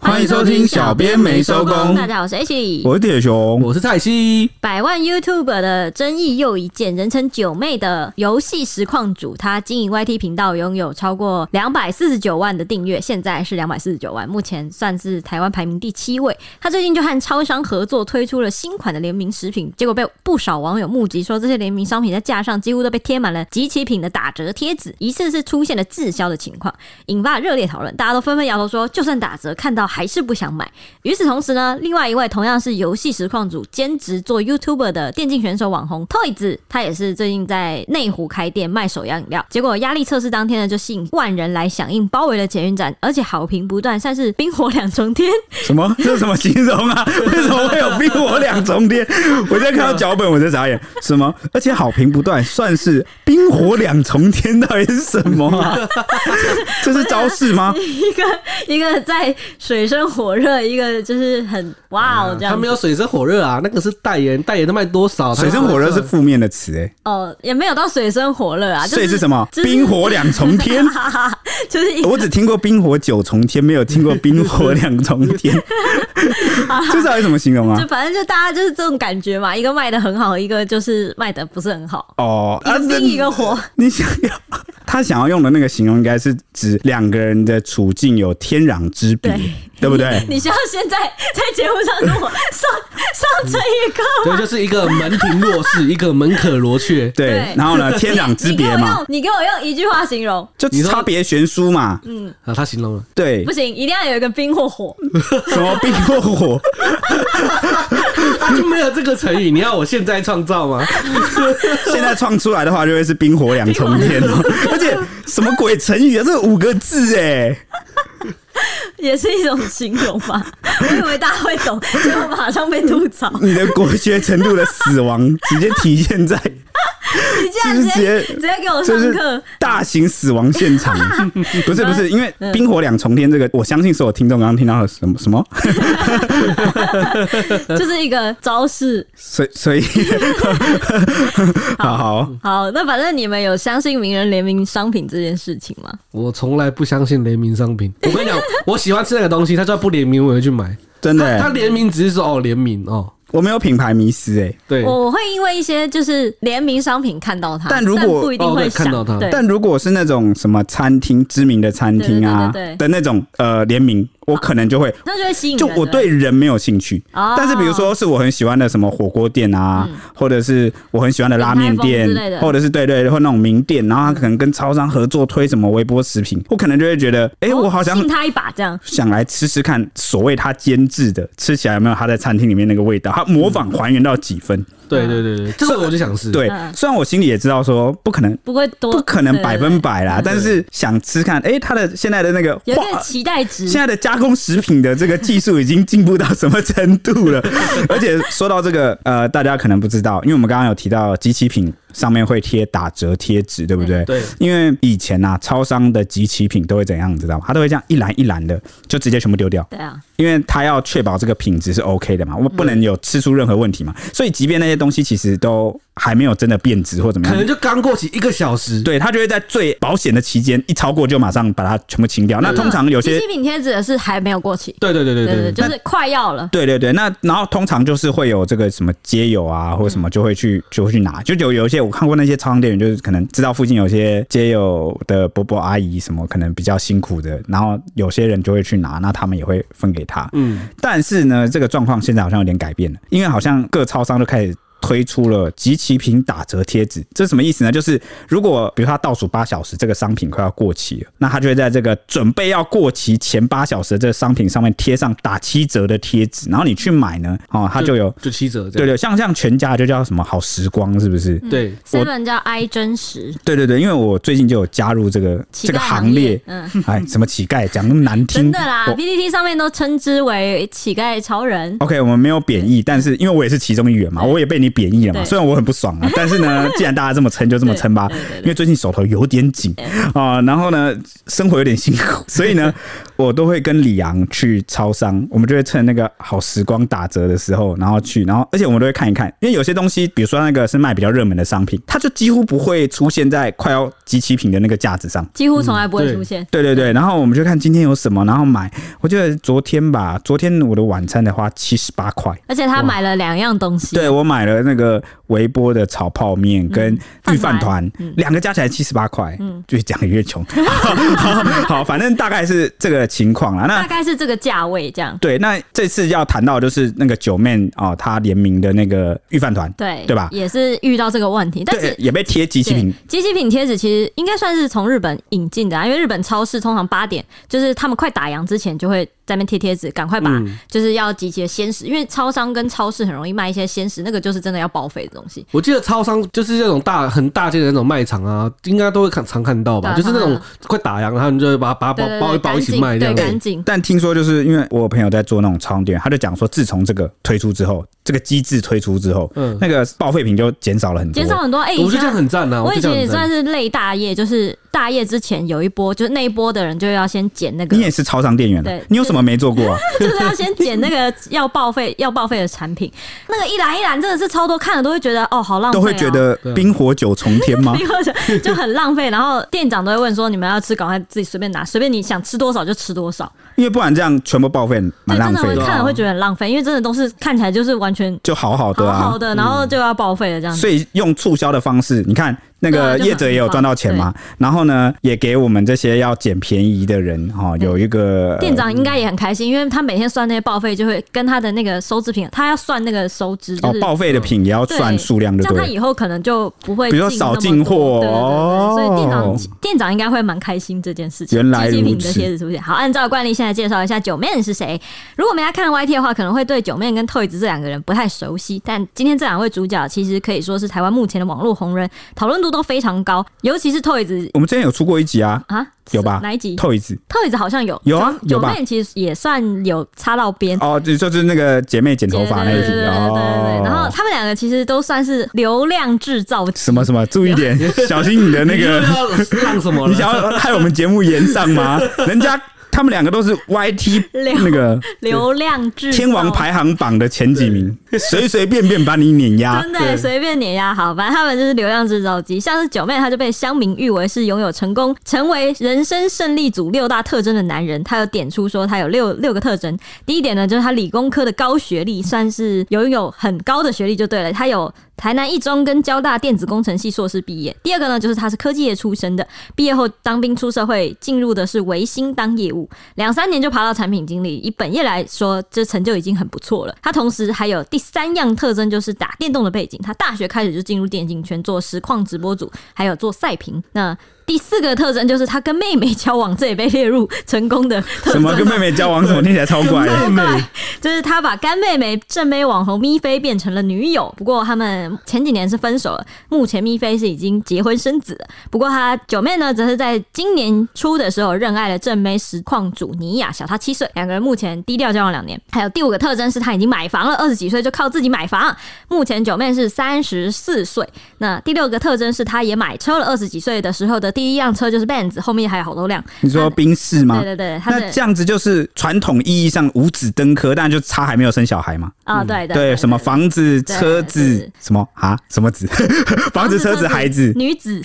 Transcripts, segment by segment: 欢迎收听小编没收工大家好，我是 H，我是铁熊，我是蔡西，百万 YouTube 的争议又一件，人称“九妹”的游戏实况主，他经营 YT 频道，拥有超过两百四十九万的订阅，现在是两百四十九万，目前算是台湾排名第七位。他最近就和超商合作推出了新款的联名食品，结果被不少网友目击说，这些联名商品在架上几乎都被贴满了集齐品的打折贴纸，疑似是出现了滞销的情况，引发热烈讨论，大家都纷纷摇头说，就算打折，看到还是不想买。与此同时呢，另外一位同样是游戏实况组，兼职做 YouTuber 的电竞选手网红 Toys，他也是最近在内湖开店卖手摇饮料。结果压力测试当天呢，就吸引万人来响应，包围了捷运站，而且好评不断，算是冰火两重天。 什么？这是什么形容啊？为什么会有冰火两重天？我在看到脚本，我在眨眼。什么？而且好评不断，算是冰火两重天，到底是什么啊？这是招式吗？一个一个在水深火热，一个就是很哇嗯哦这他样没子。有水深火热啊，那个是代言，代言都卖多少？水深火热是负面的词，哎，哦，也没有到水深火热啊，就所以是什么？就是冰火两重天。哈哈哈，就是一我只听过冰火九重天，没有听过冰火两重天。这到底怎么形容啊就？反正就大家就是这种感觉嘛，一个卖的很好，一个就是卖的不是很好，哦，一啊个冰一个火， 你想要他想要用的那个形容，应该是指两个人的处境有天壤之别，对对不对？ 你需要现在在节目上跟我 上上这一课 对，就是一个门庭若市，一个门可罗雀。对，然后呢，天壤之你给别我嘛用，你给我用一句话形容，就你说差别悬殊嘛， 啊，他形容了，对嗯不，行，一定要有一个冰或火。 什么冰或火，他啊就没有这个成语，你要我现在创造吗？ 现在创出来的话就会是冰火两重天哦， 而且什么鬼成语啊，这五个字哎，也是一种形容吧， 我以为大家会懂，结果马上被吐 槽。你的国学程度的死亡直接体 现在你竟然直接直接直接给我上就是课，大型死亡现 场，不是不是，因为嗯冰火两重天这个，我相信所有听众刚刚听到了什么什么， 就是一个招式。所以所以， 好好，好，那反正你们有相信名人联名商品这件事情吗？我从来不相信联名商品。我跟你讲， 我喜欢吃那个东西，他就算不联名，我也会去买。真的、他欸，联名只是说哦联名哦，我没有品牌迷失哎、对，我我会因为一些就是联名商品看到它，但如果不一定哦会对想、看到它对但如果是那种什么餐厅知名的餐厅啊对对对对的那种呃联名，我可能就会。那就会吸引就人啊我对人没有兴趣，哦嗯但是比如说是我很喜欢的什么火锅店啊，或者是我很喜欢的拉面哦鼎泰店丰之类的，或者是对对或那种名店，然后他可能跟超商合作推什么微波食品，我可能就会觉得，哎、哦我好像信他一把这样。想来吃吃看，所谓他监制的，吃起来有没有他在餐厅里面那个味嗯道？他模仿还原到几分？对对对对，这个我就想试。对嗯，虽然我心里也知道说不可能，不会多，不可能百分百，百啦，但是想吃看，哎，他的现在的那个有一个化。期待值。现在的加工食品的这个技术已经进步到什么程度了？而且说到这个，呃，大家可能不知道，因为我们刚刚有提到集齐品上面会贴打折贴纸，对不对？对因为以前呐、啊，超商的集齐品都会怎样，你知道吗？它都会这样一篮一篮的，就直接全部丢掉。对啊，因为它要确保这个品质是 OK 的嘛，我不能有吃出任何问题嘛，所以即便那些东西其实都还没有真的变质或怎么可能样，就刚过期一个小时。对，它就会在最保险的期间一超过就马上把它全部清掉。那通常有些纪品贴纸的是还没有过期，对对对对对对对，对，就是快要了。对对对，那然后通常就是会有这个什么街友啊，或者什么就会去就会去拿，就有有一些我看过那些超商店员，就是可能知道附近有些街友的伯伯阿姨什么可能比较辛苦的，然后有些人就会去拿，那他们也会分给他。嗯，但是呢，这个状况现在好像有点改变了，因为好像各超商都开始。推出了集齐品打折贴纸，这是什么意思呢？就是如果比如它倒数八小时，这个商品快要过期了，那它就会在这个准备要过期前八小时的这个商品上面贴上打七折的贴纸，然后你去买呢，嗯哦，它就有就七折这对样。对，像像全家就叫什么好时光，是不是？嗯对， seven 叫 i 真实，对对对，因为我最近就有加入这个乞这个丐行列，嗯，哎，什么乞丐讲那么难听， 真的啦我嗯，PPT 上面都称之为乞丐超人。 OK，我们没有贬义，但是因为我也是其中一员嘛，我也被你贬义了嘛。对虽然我很不爽 啊，但是呢，既然大家这么撑，就这么撑吧对对对。对因为最近手头有点紧啊、然后呢，生活有点辛苦，所以呢， 我都会跟李阳去超商，我们就会趁那个好时光打折的时候，然后去，然后而且我们都会看一看，因为有些东西，比如说那个是卖比较热门的商品，它就几乎不会出现在快要集齐品的那个架子上。几乎从来不嗯会对出现。对对对，然后我们就看今天有什么，然后买。我记得昨天吧，昨天我的晚餐的话七十八块，而且他买了两样东西，对我买了那个微波的炒泡面跟嗯御饭饭团团嗯，两、个加起来七十八块，嗯越讲 越穷。好，反正大概是这个情况啦。大那概是这个价位这样。对，那这次要谈到就是那个九妹哦，她联名的那个御饭团，对对吧也是遇到这个问题，但对是，。也被贴机器对品。，机器品贴纸其实应该算是从日本引进的、啊，因为日本超市通常八点就是他们快打烊之前就会在那边贴贴纸，赶快把嗯就是要集齐的鲜食，因为超商跟超市很容易卖一些鲜食，那个就是真的要报废的东西。我记得超商就是那种大很大间的那种卖场啊，应该都会看常看到对吧，啊就是那种快打烊，然后你就会把它把它对包对对，包一包赶一起紧卖这对，样子。赶紧。但听说就是因为我有朋友在做那种超店，他就讲说，自从这个推出之后，这个机制推出之后，嗯那个报废品就减少了很多，减少很多，哎、我以觉得这前样很赞呐、我觉以得这前样也很算赞。是类大业，就是大业之前有一波，就是那一波的人就要先捡那个你，也是超商店员了对，你有什么没做过啊？ 就是要先捡那个要报废要报废的产品。那个一篮一篮真的是超多，看了都会觉得哦，好浪费、哦，都会觉。得冰火九重 天 吗？或者就很浪费，然后店长都会问说：“你们要吃，赶快自己随便拿，随便你想吃多少就吃多少。因为不然这样全部报废，对，蛮浪真的费会的，看了会觉得很浪费，因为真的都是看起来就是完全就好好的好啊好。的，然后就要报废了这样子。所以用促销的方式，你看那对啊个就很业者也有赚到嗯钱嘛，然后呢，也给我们这些要捡便宜的人嗯哦，有一个店长应该也很开心，因为他每天算那些报废，就会跟他的那个收支平衡，他要算那个收支，就哦是报废的品也要算数量，这对样不他对？以后可能就不会比如说进那么少进多货对对对对，所以店哦长店长应该会蛮开心这件事情。原来机器如品的此贴子出现，好，按照惯例现在介绍一下九面是谁。如果没来看 YT 的话，可能会对九面跟 Toys 这两个人不太熟悉，但今天这两位主角其实可以说是台湾目前的网络红人，讨论度都非常高，尤其是 Toys 我们之前有出过一集啊，啊，有吧哪一集？透一次 Toys 好像有有啊九有吧面其实也算有擦到边。哦，就就是那个姐妹剪头发那一集对对对对对对哦对，然后他们两个其实都算是流量制造机什么什么，注 意点，小心你的那个。你要让 什么了？你想要害我们节目延上吗？人家他们两个都是 YT 流那个流量制造天王排行榜的前几名，随随便便把你碾压。真的对随便碾压好，反正他们就是流量制造机。像是九妹，她就被乡民誉为是拥有成功、成为人生胜利组六大特征的男人。他有点出说，他有六六个特征。第一点呢，就是他理工科的高学历，算是拥有很高的学历就对了。他有台南一中跟交大电子工程系硕士毕业。第二个呢，就是他是科技业出身的，毕业后当兵出社会，进入的是维新当业务，两三年就爬到产品经理。以本业来说，这成就已经很不错了。他同时还有第三样特征，就是打电动的背景。他大学开始就进入电竞圈，做实况直播主，还有做赛评。那第四个特征就是他跟妹妹交往，这也被列入成功的特什征。么跟妹妹交往，什么听起来超怪的。妹，就是他把干妹妹正妹网红咪菲变成了女友，不过他们前几年是分手了，目前咪菲是已经结婚生子了。不过他九妹呢，则是在今年初的时候认爱了正妹实况主尼亚，小他七岁，两个人目前低调交往两年。还有第五个特征是他已经买房了，二十几岁就靠自己买房，目前九妹是三十四岁。那第六个特征是他也买车了，二十几岁的时候的第一辆车就是 Benz，后面还有好多辆。啊你说冰室吗对？对对，他那的这样子就是传统意义上五子登科，但就差还没有生小孩嘛。啊、对对对，什么房子、对车对子对，什么啊？什么子？ 房子、车子、孩子、女 子、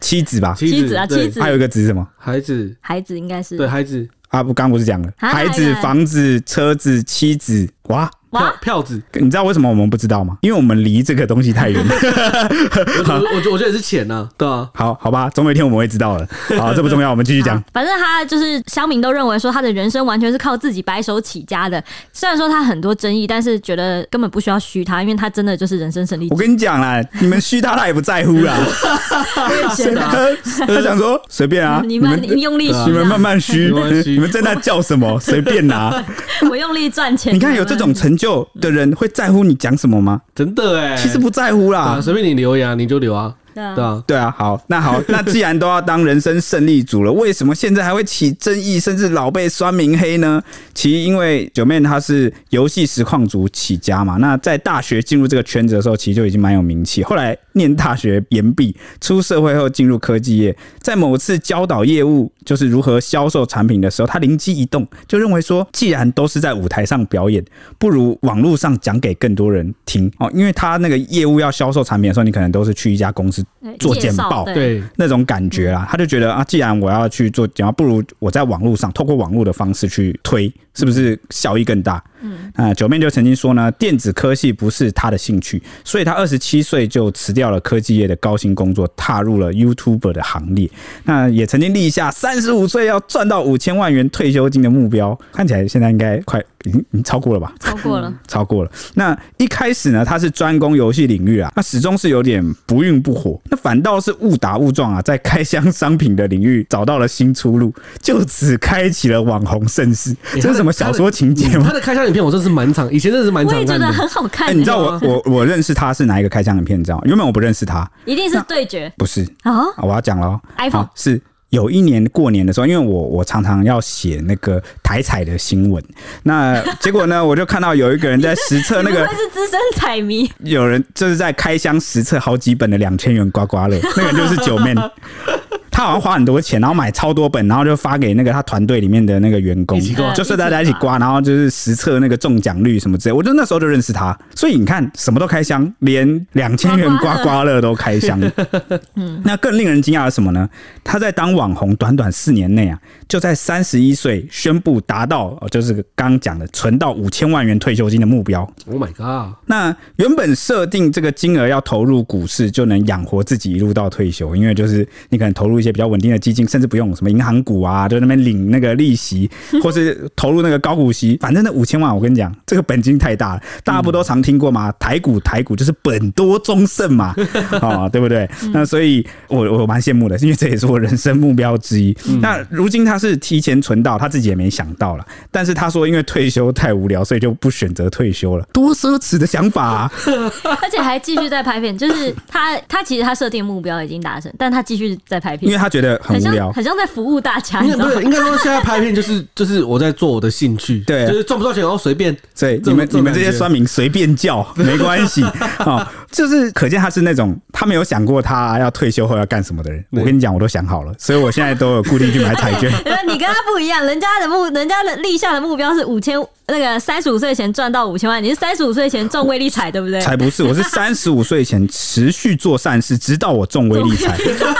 妻子吧？妻子啊对妻子还有一个子什么？孩子，孩子应该是对孩子，啊，不，刚不是讲了，啊孩子还、有房子、车子、妻子，哇，哇票，票子，你知道为什么我们不知道吗？因为我们离这个东西 太远了。我我我觉我觉得也是钱呐，对啊，好好吧，总有一天我们会知道的。好，这不重要，我们继续讲好。反正他就是乡民都认为说他的人生完全是靠自己白手起家的。虽然说他很多争议，但是觉得根本不需要虚他，因为他真的就是人生胜利我组。跟你讲啦，你们虚他他也不在乎啦，是的他他想说随便啊， 你你们们你用力你虚们慢啊，慢虚没关，系你们在那叫什么？随便拿。 我用力赚钱。啊你看有这种成就的人会在乎你讲什么吗？真的哎，其实不在乎啊，啦。随便你留言啊，你就留啊，对啊对啊，对啊，好，那好，那既然都要当人生胜利组了，为什么现在还会起争议，甚至老被酸民黑呢？其一因为九妹她是游戏实况组起家嘛，那在大学进入这个圈子的时候，其实就已经蛮有名气。后来念大学研毕，出社会后进入科技业，在某次教导业务就是如何销售产品的时候，他灵机一动，就认为说，既然都是在舞台上表演，不如网络上讲给更多人听哦，因为他那个业务要销售产品的时候，你可能都是去一家公司对做哎介简绍报对，对，那种感觉啦，他就觉得啊，既然我要去做简报，不如我在网络上透过网络的方式去推，是不是效益更大？嗯，啊、九妹就曾经说呢，电子科系不是他的兴趣，所以他二十七岁就辞掉了科技业的高薪工作，踏入了 YouTuber 的行列。那也曾经立下三十五岁要赚到五千万元退休金的目标，看起来现在应该快已经已经超过了吧？超过了，超过了。那一开始呢，他是专攻游戏领域啊，那始终是有点不孕不火。那反倒是误打误撞啊，在开箱商品的领域找到了新出路，就此开启了网红盛世。欸这是什么小说情节吗他？的开箱影片我真是蛮常，以前真的是蛮我常也觉看得的。很好看哎、欸，你知道我吗我我认识他是哪一个开箱影片？你知道吗？原本我不认识他，一定是对决不是啊，啊，我要讲了哦 iPhone 好是。有一年过年的时候，因为我我常常要写那个台彩的新闻，那结果呢，我就看到有一个人在实测那你个不会是资深彩 迷，有人就是在开箱实测好几本的两千元刮刮乐，那个人就是九妹，他好像花很多钱，然后买超多本，然后就发给那个他团队里面的那个员工一起刮，就是大家一起刮，然后就是实测那个中奖率什么之类。我就那时候就认识他，所以你看什么都开箱，连两千元刮刮乐都开箱。那更令人惊讶的是什么呢？他在当网红短短四年内啊，就在三十一岁宣布达到，哦就是刚讲的存到五千万元退休金的目标。 Oh my god！那原本设定这个金额要投入股市就能养活自己一路到退休，因为就是你可能投入一些比较稳定的基金，甚至不用什么银行股啊，就那边领那个利息，或是投入那个高股息。反正那五千万，我跟你讲，这个本金太大了，大家不都常听过吗？台股台股就是本多终胜 嘛，啊、对不对？那所以我我蛮羡慕的，因为这也是我人生目标之一。嗯那如今他是提前存到，他自己也没想到了，但是他说因为退休太无聊，所以就不选择退休了，多奢侈的想法、啊！而且还继续在拍片，就是他他其实他设定目标已经达成，但他继续在拍因为片，他觉得很很无像聊。很像在服务大家，啊你应知该道不吗？是，应该说现在拍片就是就是我在做我的兴趣，对就是赚不赚钱然哦后随便，所以这你们种你们这感些觉酸民随便叫没关系啊、哦就是可见他是那种他没有想过他要退休后要干什么的人。我对跟你讲，我都想好了，所以我现在都有固定去买彩券。 你跟他不一样，人家的目，人家的立下的目标是五千，那个三十五岁前赚到五千万，你是三十五岁前中威力彩，对不对？才不是，我是三十五岁前持续做善事，直到我中威力彩。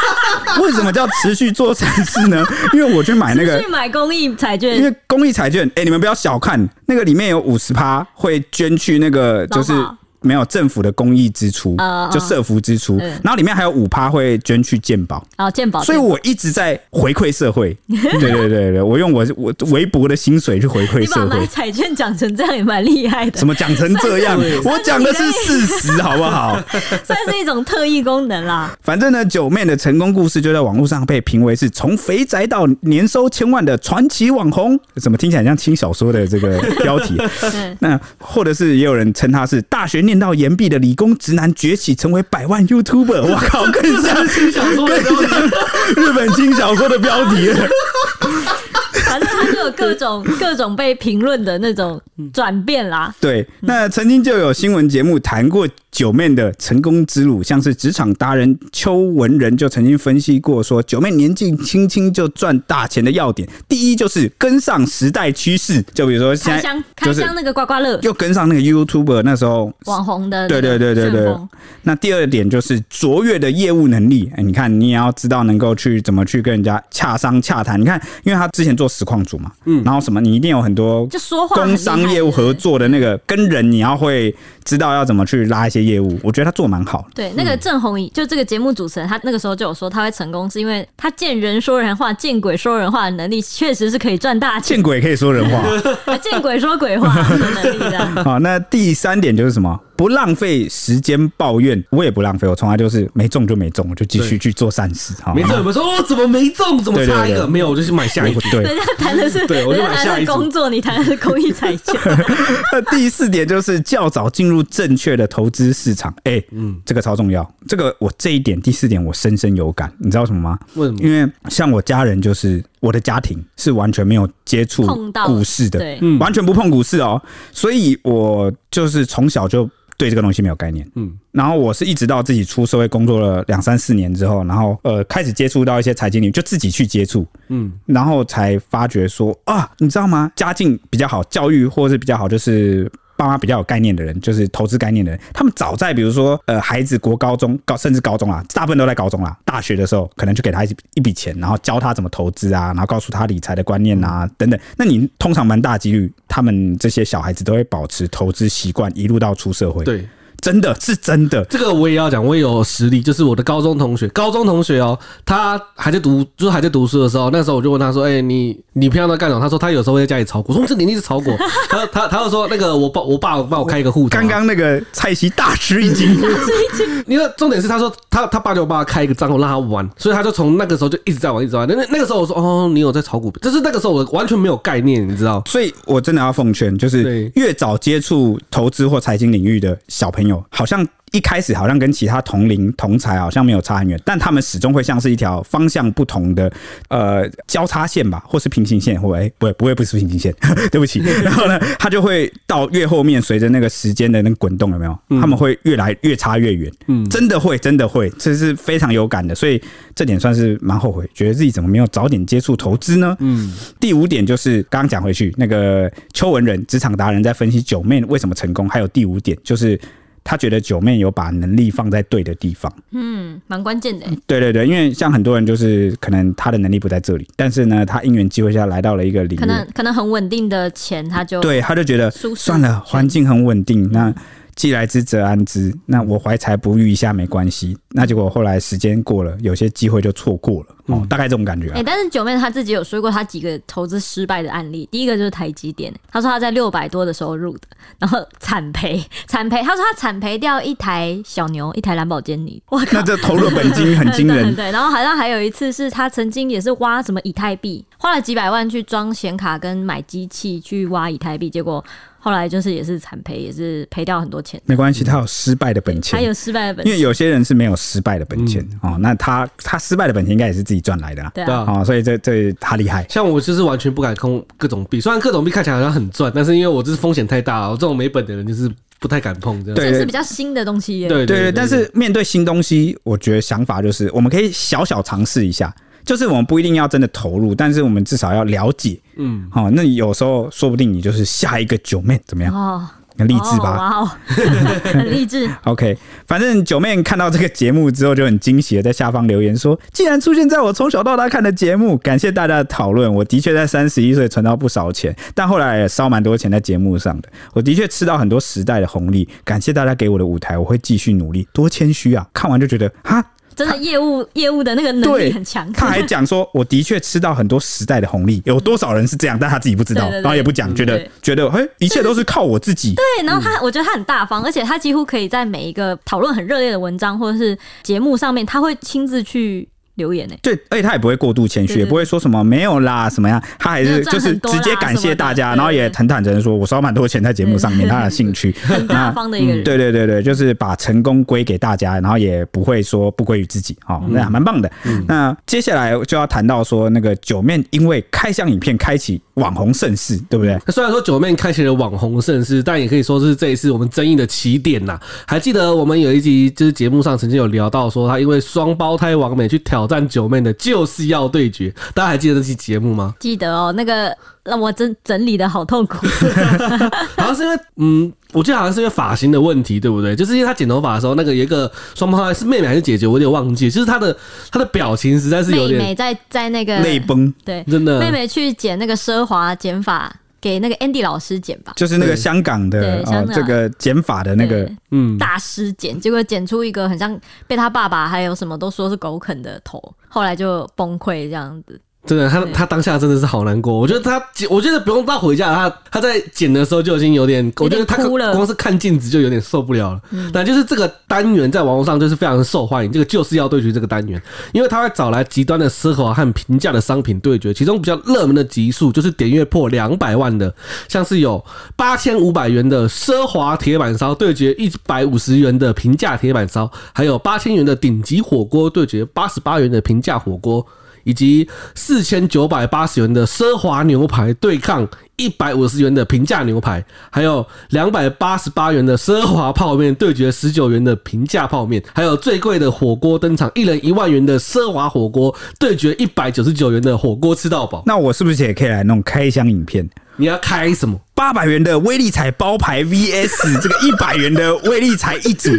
为什么叫持续做善事呢？因为我去买那个去买公益彩因券，为公益彩券，哎、你们不要小看那个里面有五十趴会捐去那个就是劳保。没有政府的公益支出，嗯嗯就社福支出，嗯然后里面还有五趴会捐去健保，然后健保，所以健保我一直在回馈社会。 对对对对，我用我我微薄的薪水去回馈你把社买会。彩券讲成这样也蛮厉害的怎，么讲成这样？三十五我讲的是事实，好不好？算是一种特异功能啦。反正呢，九妹的成功故事就在网络上被评为是从肥宅到年收千万的传奇网红，怎么听起来像轻小说的这个标 题？嗯，那或者是也有人称他是大学念到研毕的理工直男崛起成为百万 YouTuber，我靠，更像就是想说更像日本轻小说的标题了。反正他就有各 种各种被评论的那种转变啦。对，那曾经就有新闻节目谈过九妹的成功之路，像是职场达人邱文仁就曾经分析过说，九妹年纪轻轻就赚大钱的要点，第一就是跟上时代趋势，就比如说现开在箱就开是箱那个刮刮乐又跟上那个 YouTuber 那时候网红的那对个对对对旋对风。那第二点就是卓越的业务能力，哎，你看你也要知道能够去怎么去跟人家洽商洽谈。你看，因为他之前做实况组嘛，嗯，然后什么你一定有很多就说话很厉工害商业务合作的那个跟人，你要会知道要怎么去拉一些业务。我觉得他做得蛮好的。对，那个郑红怡就这个节目主持人，他那个时候就有说他会成功，是因为他见人说人话，见鬼说人话的能力确实是可以赚大 钱 见，鬼可以说人话啊见鬼说鬼话的能力的。 好，那第三点就是什么？不浪费时间抱怨，我也不浪费，我从来就是没中就没中，我就继续对去做善事。好没中，有没有说哦，怎么没中？怎么对对差一个？对没有，我就去买下一我题。对人，家谈的是，对我就人家买谈下的是一组工作，你谈的是公益彩 券。 那第四点就是较早进入正确的投资市场。哎、嗯，这个超重要。这个我这一点，第四点我深深有感。你知道为什么吗？为什嗯么因为像我家人，就是我的家庭是完全没有接触碰到股市的，对完全不碰股市哦。所以我就是从小就对这个东西没有概念。嗯，然后我是一直到自己出社会工作了两三四年之后，然后呃开始接触到一些财经领域，就自己去接触，嗯，然后才发觉说啊，你知道吗？家境比较好，教育或是比较好，就是。爸妈比较有概念的人，就是投资概念的人，他们早在比如说，呃，孩子国高中高甚至高中啊，大部分都在高中啦，大学的时候可能就给他一一笔钱，然后教他怎么投资啊，然后告诉他理财的观念嗯啊等等。那你通常蛮大几率，他们这些小孩子都会保持投资习惯，一路到出社会。，对，真的是真的。这个我也要讲，我也有实例，就是我的高中同学，高中同学哦，他还在读，就是还在读书的时候，那时候我就问他说：“哎、你你平常都干什么？”他说：“他有时候会在家里炒股。”我说：“这年纪是炒股。”他他他就说：“那个我爸我爸帮我开一个户头啊、刚刚那个蔡西大吃一惊，因为重点是他说他他爸就帮他开一个账户让他玩，所以他就从那个时候就一直在玩，一直在玩。那那那个时候我说：“哦，你有在炒股？”就是那个时候我完全没有概念，你知道。 所以我真的要奉劝，就是对越早接触投资或财经领域的小朋友，好像一开始好像跟其他同龄同才好像没有差很远，但他们始终会像是一条方向不同的呃交叉线吧，或是平行线，或哎、不会不会不是平行线， 对不起。然后呢，他就会到越后面，随着那个时间的那个滚动，有没有？他们会越来越差越远，嗯，真的会真的会，这是非常有感的，所以这点算是蛮后悔，觉得自己怎么没有早点接触投资呢？嗯，第五点就是刚刚讲回去，那个邱文仁职场达人在分析九妹为什么成功，还有第五点就是。他觉得九妹有把能力放在对的地方，嗯，蛮关键的欸。对对对，因为像很多人就是可能他的能力不在这里，但是呢，他因缘机会下来到了一个领域，可能可能很稳定的钱，他就对，他啊就觉得舒适算了，环境很稳定，那既来之则安之，那我怀才不遇一下没关系。那结果后来时间过了，有些机会就错过了，哦，大概这种感觉、哎、啊。但是九妹她自己有说过，她几个投资失败的案例，第一个就是台积电，她说她在六百多的时候入的，然后惨赔，惨赔，她说她惨赔掉一台小牛，一台蓝宝坚尼，哇那这投入本金很惊人， 嗯对，然后好像还有一次是她曾经也是挖什么以太币，花了几百万去装显卡跟买机器去挖以太币，结果后来就是也是惨赔，也是赔掉很多钱，没关系，他有失败的本还钱。有失败的本因为有些人是没有失败的本钱、哦，那他他失败的本钱应该也是自己赚来的啊，对对啊啊，哦，所以这这他厉害，像我就是完全不敢空各种币，虽然各种币看起来好像很赚，但是因为我就是风险太大了，我这种没本的人就是不太敢碰这样。对这是比较新的东西耶。对对对，但是面对新东西，我觉得想法就是我们可以小小尝试一下，就是我们不一定要真的投入，但是我们至少要了解，嗯，好、那你有时候说不定你就是下一个九妹怎么样？哦，很励志吧？ 哦哇哦，很励志。 OK，反正九妹看到这个节目之后就很惊喜的在下方留言说：“既然出现在我从小到大看的节目，感谢大家的讨论。我的确在三十一岁存到不少钱，但后来也烧蛮多钱在节目上的。我的确吃到很多时代的红利，感谢大家给我的舞台，我会继续努力。多谦虚啊！看完就觉得哈，真的业务业务的那个能对力很强，他还讲说，我的确吃到很多时代的红利，有多少人是这样，但他自己不知道，对对对然后也不讲，觉得对觉得嘿，一切都是靠我自己。对，然后嗯他我觉得他很大方，而且他几乎可以在每一个讨论很热烈的文章或者是节目上面，他会亲自去留言 诶。对，而且他也不会过度谦虚，对对也不会说什么没有啦，什么样，他还没是有赚就是很多啦直接感谢大什家，么的然后也对很坦诚的说，我烧蛮多钱在节目上面，对他的兴趣，很大方的一个人，对对对对，就是把成功归给大家，然后也不会说不归于自己，哦，那还蛮棒的。那接下来就要谈到说那个九面，因为开箱影片开启网红盛世，对不对？那虽然说九妹开启了网红盛世，但也可以说是这一次我们争议的起点呐、还记得我们有一集就是节目上曾经有聊到说，她因为双胞胎王美去挑战九妹的就是要对 决，大家还记得这期节目吗？记得哦，那个让我整整理的好痛 苦，好像是因为嗯，我记得好像是因为发型的问题，对不对？就是因为她剪头发的时候，那个有一个双胞胎是妹妹还是姐姐，我有点忘记，就是她的她的表情实在是有妹点妹在在那个泪崩，对，真的妹妹去剪那个奢华剪法，给那个 Andy 老师剪吧，就是那个对香港的对哦香，港这个减法的那个对嗯。大师剪，结果剪出一个很像被他爸爸还有什么都说是狗啃的头，后来就崩溃这样子。真的，他他当下真的是好难过。我觉得他，我觉得不用到回家，他他在剪的时候就已经有点，我觉得他哭了光是看镜子就有点受不了了。那、就是这个单元在网络上就是非常受欢迎，这个就是要对决这个单元，因为他会找来极端的奢华和平价的商品对决，其中比较热门的集数就是点阅破两百万的，像是有八千五百元的奢华铁板烧对决一百五十元的平价铁板烧，还有八千元的顶级火锅对决八十八元的平价火锅。以及四千九百八十元的奢华牛排对抗一百五十元的平价牛排，还有两百八十八元的奢华泡面对决十九元的平价泡面，还有最贵的火锅登场，一人一万元的奢华火锅对决一百九十九元的火锅吃到饱。那我是不是也可以来弄开箱影片？你要开什么？八百元的威力彩包 牌 VS 这个一百元的威力彩一组，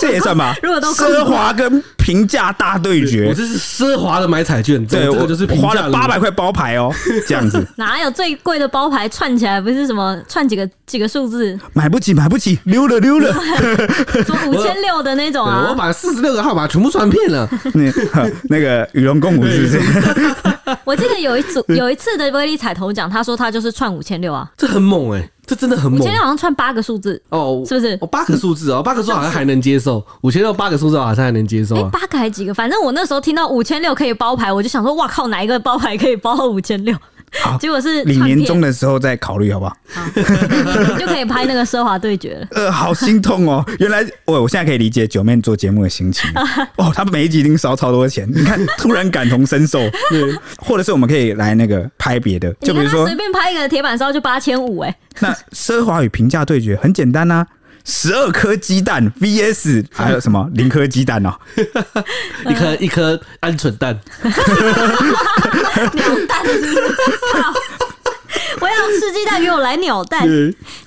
这也算吧？如果都公布奢华跟平价大对我决，这是奢华的买彩券，这对个这我个就是我平花价了的八百块包牌哦，这样子哪有最贵的包牌串起来不是什么串几个几个数字，买不起，买不起，溜了溜了。 什 么五千六的那种对我啊？把四十六个号码全部传遍了，那呵那个与龙共舞是不是？我记得有一组有一次的威力彩头奖，他说他就是串五千六啊，这很猛哎、这真的很五猛。千六好像串八个数字，哦，是不是哦，八个数字哦，八个数好像还能接受，五千六八个数字好像还能接受哎、啊。八个还几个？反正我那时候听到五千六可以包牌，我就想说，哇靠，哪一个包牌可以包到五千六？啊结果是你唱片年终的时候再考虑好不好？你就可以拍那个奢华对决了。呃，好心痛哦！原来我我现在可以理解九妹做节目的 心情哦，她每一集一定烧超多钱，你看突然感同身 受，对，或者是我们可以来那个拍别的，就比如你看他说随便拍一个铁板烧就八千五，哎， 那奢华与平价对决很简单呐、啊。十二颗鸡蛋 VS 还有什么零颗鸡蛋哦？ 一颗一颗鹌鹑蛋， 我要吃鸡蛋，给我来鸟蛋。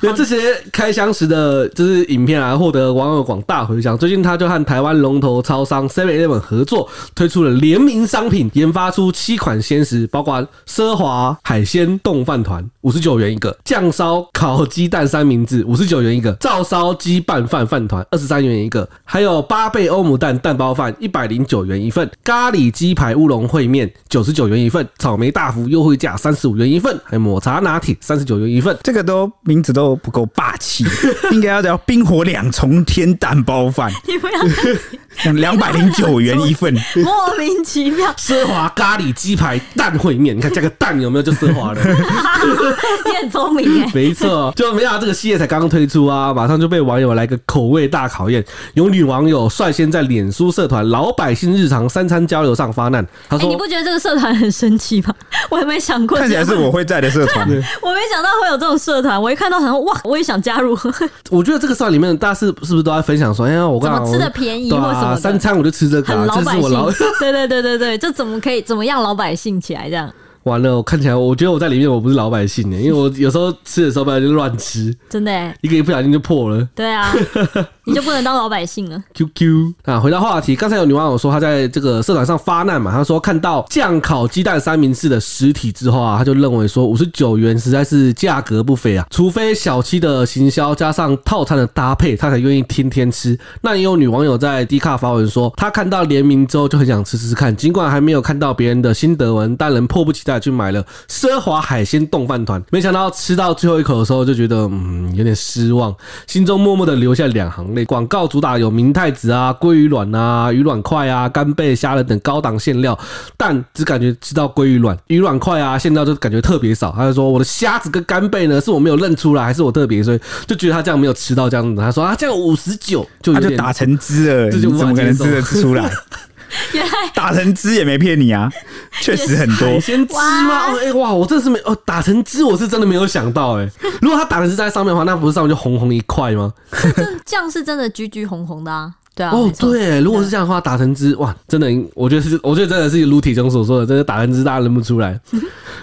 那嗯这些开箱时的，就是影片啊，获得网友广大回响。最近他就和台湾龙头超商 Seven Eleven 合作，推出了联名商品，研发出七款鲜食，包括奢华海鲜冻饭团五十九元一个，酱烧烤鸡蛋三明治五十九元一个，照烧鸡拌饭饭团二十三元一个，还有八倍欧姆蛋蛋包饭一百零九元一份，咖喱鸡排乌龙烩面九十九元一份，草莓大福优惠价三十五元一份，还有抹茶拿铁三十九元一份。这个都名字都不够霸气， 应该要叫冰火两重天蛋包饭，你不要两百零九元一 份。莫名其妙， 奢华咖喱鸡排蛋烩面，你看加个蛋有没有就 奢华了？你很聪明哎、没错，就没想啊到这个系列才刚刚推出啊，马上就被网友来个口味大考验。有女网友率先在脸书社团“老百姓日常三餐交流”上发难，她哎、说你不觉得这个社团很神奇吗？我也没想过，看起来是我，会在的社 团，我没想到会有这种社团。我一看到，想说哇，我也想加入，怎：“我觉得这个社团里面大家是是不是都在分享说，哎呀，我刚么好吃的便宜对或什啊，么三的。餐我就吃这个、很啊，老这百是我姓老， 对对对对对，这怎么可以怎么样老百姓起来这样？完了，我看起来我觉得我在里面我不是老百姓的，因为我有时候吃的时候不然就乱吃，真的、欸，一个一不小心就破了。”对 啊，你就不能当老百姓了。 QQ 啊，回到话题，刚才有女网友说她在这个社团上发难嘛，她说看到酱烤鸡蛋三明治的实体之后啊，她就认为说五十九元实在是价格不菲啊，除非小七的行销加上套餐的搭配，她才愿意天天吃。那也有女网友在 D 卡发文说，她看到联名之后就很想吃吃看，尽管还没有看到别人的心得文，但仍迫不及待去买了奢华海鲜冻饭团。没想到吃到最后一口的时候，就觉得嗯有点失望，心中默默的流下两行泪。广告主打有明太子啊、鲑鱼卵啊、鱼卵块啊、干贝、虾仁等高档馅料，但只感觉吃到鲑鱼卵、鱼卵块啊馅料就感觉特别少。他就说我的虾子跟干贝呢，是我没有认出来，还是我特别，所以就觉得他这样没有吃到这样子。他说啊，这样五十九就他有啊就点打成汁了，这你就怎无法么可能接受吃得出 来？原来打成汁也没骗你啊，确实很多 海。鲜汁吗？哦哎、哇，我真的是没哦，打成汁我是真的没有想到哎、如果它打成汁在上面的话，那不是上面就红红一块吗？这酱是真的橘橘红红的啊，对啊，哦没，错，对，如果是这样的话，打成汁哇，真的，我觉得是，我觉得真的是如体中所说的，真的打成汁大家认不出 来。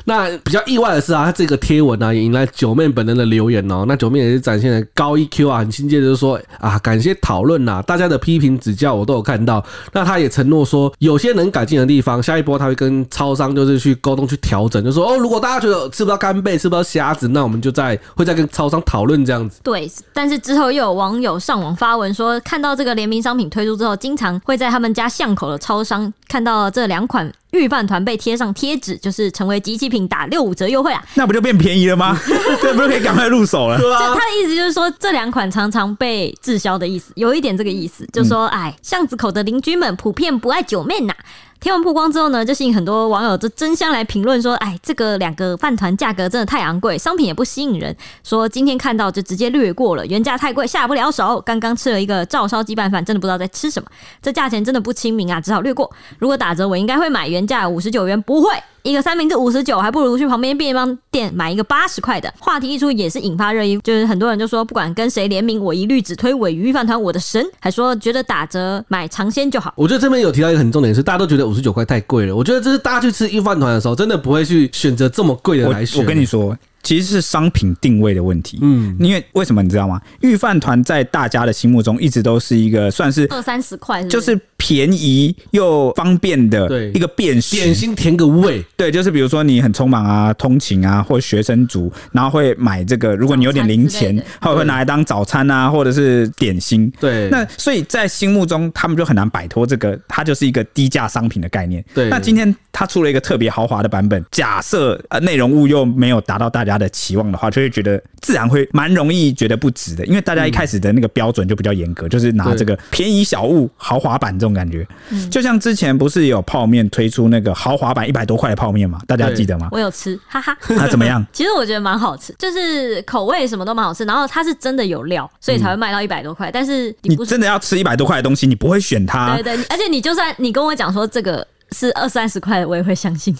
那比较意外的是啊，他这个贴文啊，也迎来九妹本人的留言哦。那九妹也是展现了高 EQ 啊，很亲切的就说啊，感谢讨论呐，大家的批评指教我都有看到。那他也承诺说，有些能改进的地方，下一波他会跟超商就是去沟通去调整，就说哦，如果大家觉得吃不到干贝，吃不到虾子，那我们就再会再跟超商讨论这样子。对。但是之后又有网友上网发文说，看到这个联名商品推出之后，经常会在他们家巷口的超商看到这两款预饭团被贴上贴纸，就是成为集齐品打六五折优惠啊。那不就变便宜了吗？ 这不就可以赶快入手了？对就啊他，的意思就是说，这两款常常被滞销的意思，有一点这个意思，就嗯说，哎，巷子口的邻居们普遍不爱九妹呐。贴文曝光之后呢，就吸引很多网友就争相来评论说，哎，这个两个饭团价格真的太昂贵，商品也不吸引人。说今天看到就直接略过了，原价太贵，下不了手。刚刚吃了一个照烧鸡拌饭，真的不知道在吃什么，这价钱真的不亲民啊，只好略过。如果打折，我应该会买原价五十九元，不会。一个三明治五十九，还不如去旁边便当店买一个八十块的。话题一出，也是引发热议，就是很多人就说，不管跟谁联名，我一律只推尾鱼饭团，我的神！还说觉得打折买尝鲜就好。我觉得这边有提到一个很重点是，大家都觉得五十九块太贵了。我觉得这是大家去吃一饭团的时候，真的不会去选择这么贵的我来选。我跟你说，其实是商品定位的问题。嗯，因为为什么你知道吗？御饭团在大家的心目中一直都是一个算是二三十块，就是便宜又方便的对一个便点食。心填个胃，对，就是比如说你很匆忙啊、通勤啊，或学生族，然后会买这个。如果你有点零钱早餐之类的，他会拿来当早餐啊，或者是点心。对，那所以在心目中，他们就很难摆脱这个，它就是一个低价商品的概念。对那今天它出了一个特别豪华的版本，假设呃内容物又没有达到大家的期望的话，就会觉得自然会蛮容易觉得不值的，因为大家一开始的那个标准就比较严格，就是拿对这个便宜小物豪华版这种感觉。嗯就像之前不是有泡面推出那个豪华版一百多块的泡面嘛，大家对记得吗？我有吃，哈哈。啊，怎么样？ 其实我觉得蛮好吃，就是口味什么都蛮好吃，然后它是真的有料，所以才会卖到一百多块。但是你嗯你啊不是真的要吃一百多块的东西，你不会选它对对，而且你就算你跟我讲说这个是二三十块的，我也会相信，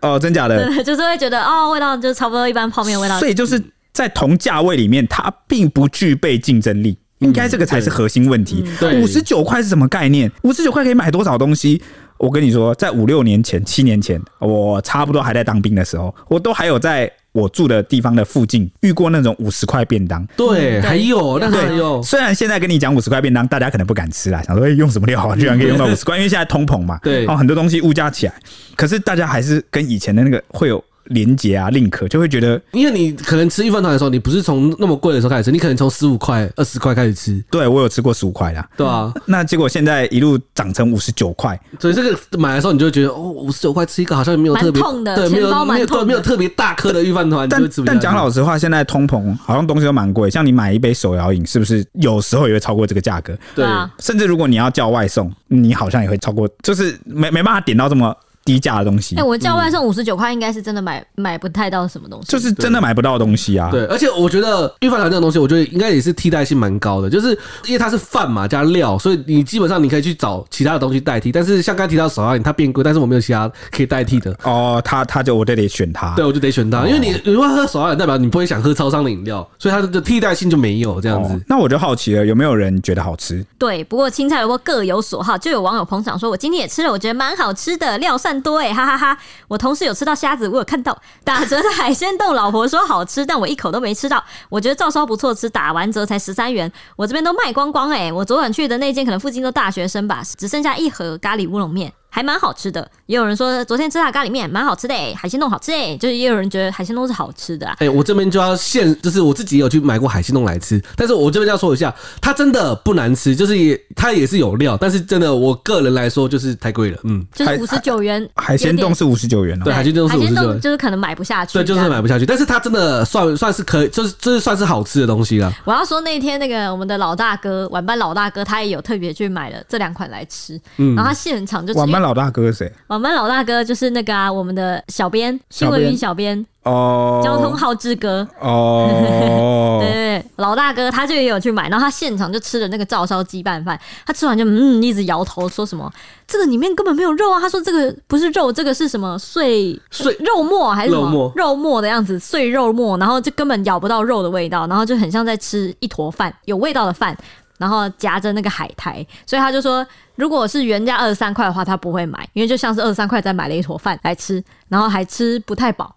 哦？真假的？对， 就是会觉得哦，味道就差不多一般泡面味道所。以就是在同价位里面，它并不具备竞争力。应该这个才是核心问题。嗯嗯对五十九块是什么概念？五十九块可以买多少东西？我跟你说，在五六年前、七年前，我差不多还在当兵的时候，我都还有在我住的地方的附近遇过那种五十块便当。对，嗯对还有那还有，虽然现在跟你讲五十块便当，大家可能不敢吃啦，想说、欸、用什么料啊，居然可以用到五 十块，因为现在通膨嘛，对哦，很多东西物价起来，可是大家还是跟以前的那个会有连结啊、link，就会觉得因为你可能吃一饭团的时候，你不是从那么贵的时候开始吃，你可能从十五块、二十块开始吃，对我有吃过十五块啦，对吧、 那结果现在一路涨成五十九块，所以这个买的时候，你就会觉得哦，五十九块吃一个好像没有特别蛮痛的对，没钱包有蛮没有痛的对没有特别大颗的预饭团，你就但会吃不下但去讲老实话，现在通膨好像东西都蛮贵，像你买一杯手摇饮，是不是有时候也会超过这个价格？对啊，甚至如果你要叫外送，你好像也会超过，就是没没办法点到这么低价的东西哎、，我叫嗯外送五十九块，应该是真的买买不太到什么东西。就是真的买不到东西啊。对，而且我觉得预饭团这种东西，我觉得应该也是替代性蛮高的，就是因为它是饭嘛加料，所以你基本上你可以去找其他的东西代替。但是像刚才提到手摇饮，它变贵，但是我没有其他可以代替的，哦，他他就我就得选他。对，我就得选它，因为哦你你会喝手摇饮，代表你不会想喝超商的饮料，所以它的替代性就没有这样哦子。，那我就好奇了，有没有人觉得好吃？对，不过青菜萝卜各有所好，就有网友捧场说：“我今天也吃了，我觉得蛮好吃的，料算多哎，哈哈哈我同事有吃到虾子，我有看到打折的海鲜冻，老婆说好吃，但我一口都没吃到。我觉得照烧不错吃，打完折才十三元，我这边都卖光光哎。我昨晚去的那间可能附近都大学生吧，只剩下一盒咖喱乌龙面。”还蛮好吃的，也有人说昨天吃他咖喱面蛮好吃的、哎，海鲜冻好吃哎、就是也有人觉得海鲜冻是好吃的啊。哎、我这边就要现，就是我自己有去买过海鲜冻来吃，但是我这边要说一下，它真的不难吃，就是也它也是有料，但是真的我个人来说就是太贵了，嗯，就是海五十九元海鲜冻是五十九元哦对，，海鲜冻是海五鲜十九冻，就是可能买不下去这对，样，就是买不下去，但是它真的算算是可以，就是这、就是算是好吃的东西了。我要说那天那个我们的老大哥晚班老大哥，他也有特别去买了这两款来吃，然后他现场就直接嗯晚班老大哥是谁？晚班老大哥就是那个啊，我们的小编新小闻编云小编哦，交通号志哥，哦， 对对对，老大哥他就也有去买，然后他现场就吃了那个照烧鸡拌饭，他吃完就嗯一直摇头说什么这个里面根本没有肉啊，他说这个不是肉，这个是什么碎碎肉末还是什么肉末末的样子，碎肉末，然后就根本咬不到肉的味道，然后就很像在吃一坨饭，有味道的饭。然后夹着那个海苔，所以他就说，如果是原价二十三块的话，他不会买，因为就像是二十三块再买了一坨饭来吃，然后还吃不太饱。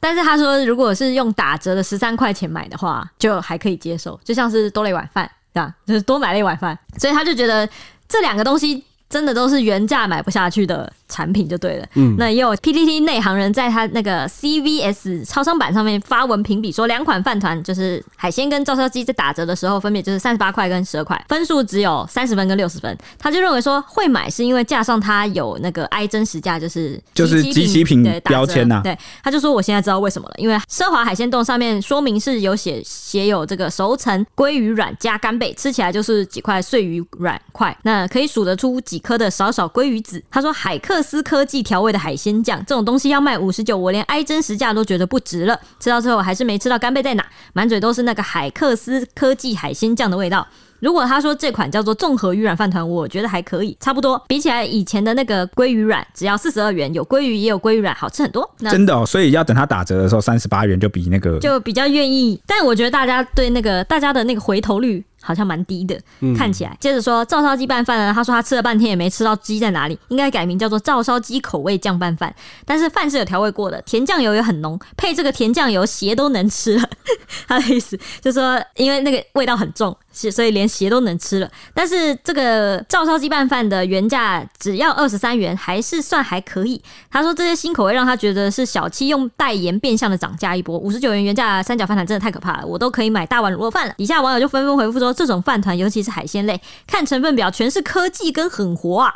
但是他说，如果是用打折的十三块钱买的话，就还可以接受，就像是多了一碗饭，对吧？就是多买了一碗饭，所以他就觉得这两个东西真的都是原价买不下去的产品就对了。嗯那也有 PTT 内行人在他那个 CVS 超商版上面发文评比，说两款饭团就是海鲜跟照烧鸡在打折的时候，分别就是三十八块跟十二块，分数只有三十分跟六十分。他就认为说会买是因为架上它有那个 i 真实价，就是就是机机器品对打折标签啊呐对，他就说我现在知道为什么了，因为奢华海鲜冻上面说明是有写写有这个熟成鲑鱼软加干贝，吃起来就是几块碎鱼软块，那可以数得出几颗的少少鲑鱼子。他说海克斯科技调味的海鲜酱这种东西要卖五十九，我连挨真实价都觉得不值了。吃到最后还是没吃到干贝在哪，满嘴都是那个海克斯科技海鲜酱的味道。如果他说这款叫做综合鱼软饭团，我觉得还可以，差不多。比起来以前的那个鲑鱼软，只要四十二元，有鲑鱼也有鲑鱼软，好吃很多。那真的哦，所以要等它打折的时候，三十八元就比那个就比较愿意。但我觉得大家对那个大家的那个回头率好像蛮低的，看起来。接着说照烧鸡拌饭呢，啊他说他吃了半天也没吃到鸡在哪里，应该改名叫做照烧鸡口味酱拌饭。但是饭是有调味过的，甜酱油也很浓，配这个甜酱油鞋都能吃了。 他的意思就是说，因为那个味道很重，是所以连鞋都能吃了。但是这个照烧鸡拌饭的原价只要二十三元，还是算还可以。他说这些新口味让他觉得是小七用代言变相的涨价一波，五十九元原价三角饭团真的太可怕了，我都可以买大碗卤肉饭了。底下网友就纷纷回复说，这种饭团尤其是海鲜类，看成分表全是科技跟狠活啊，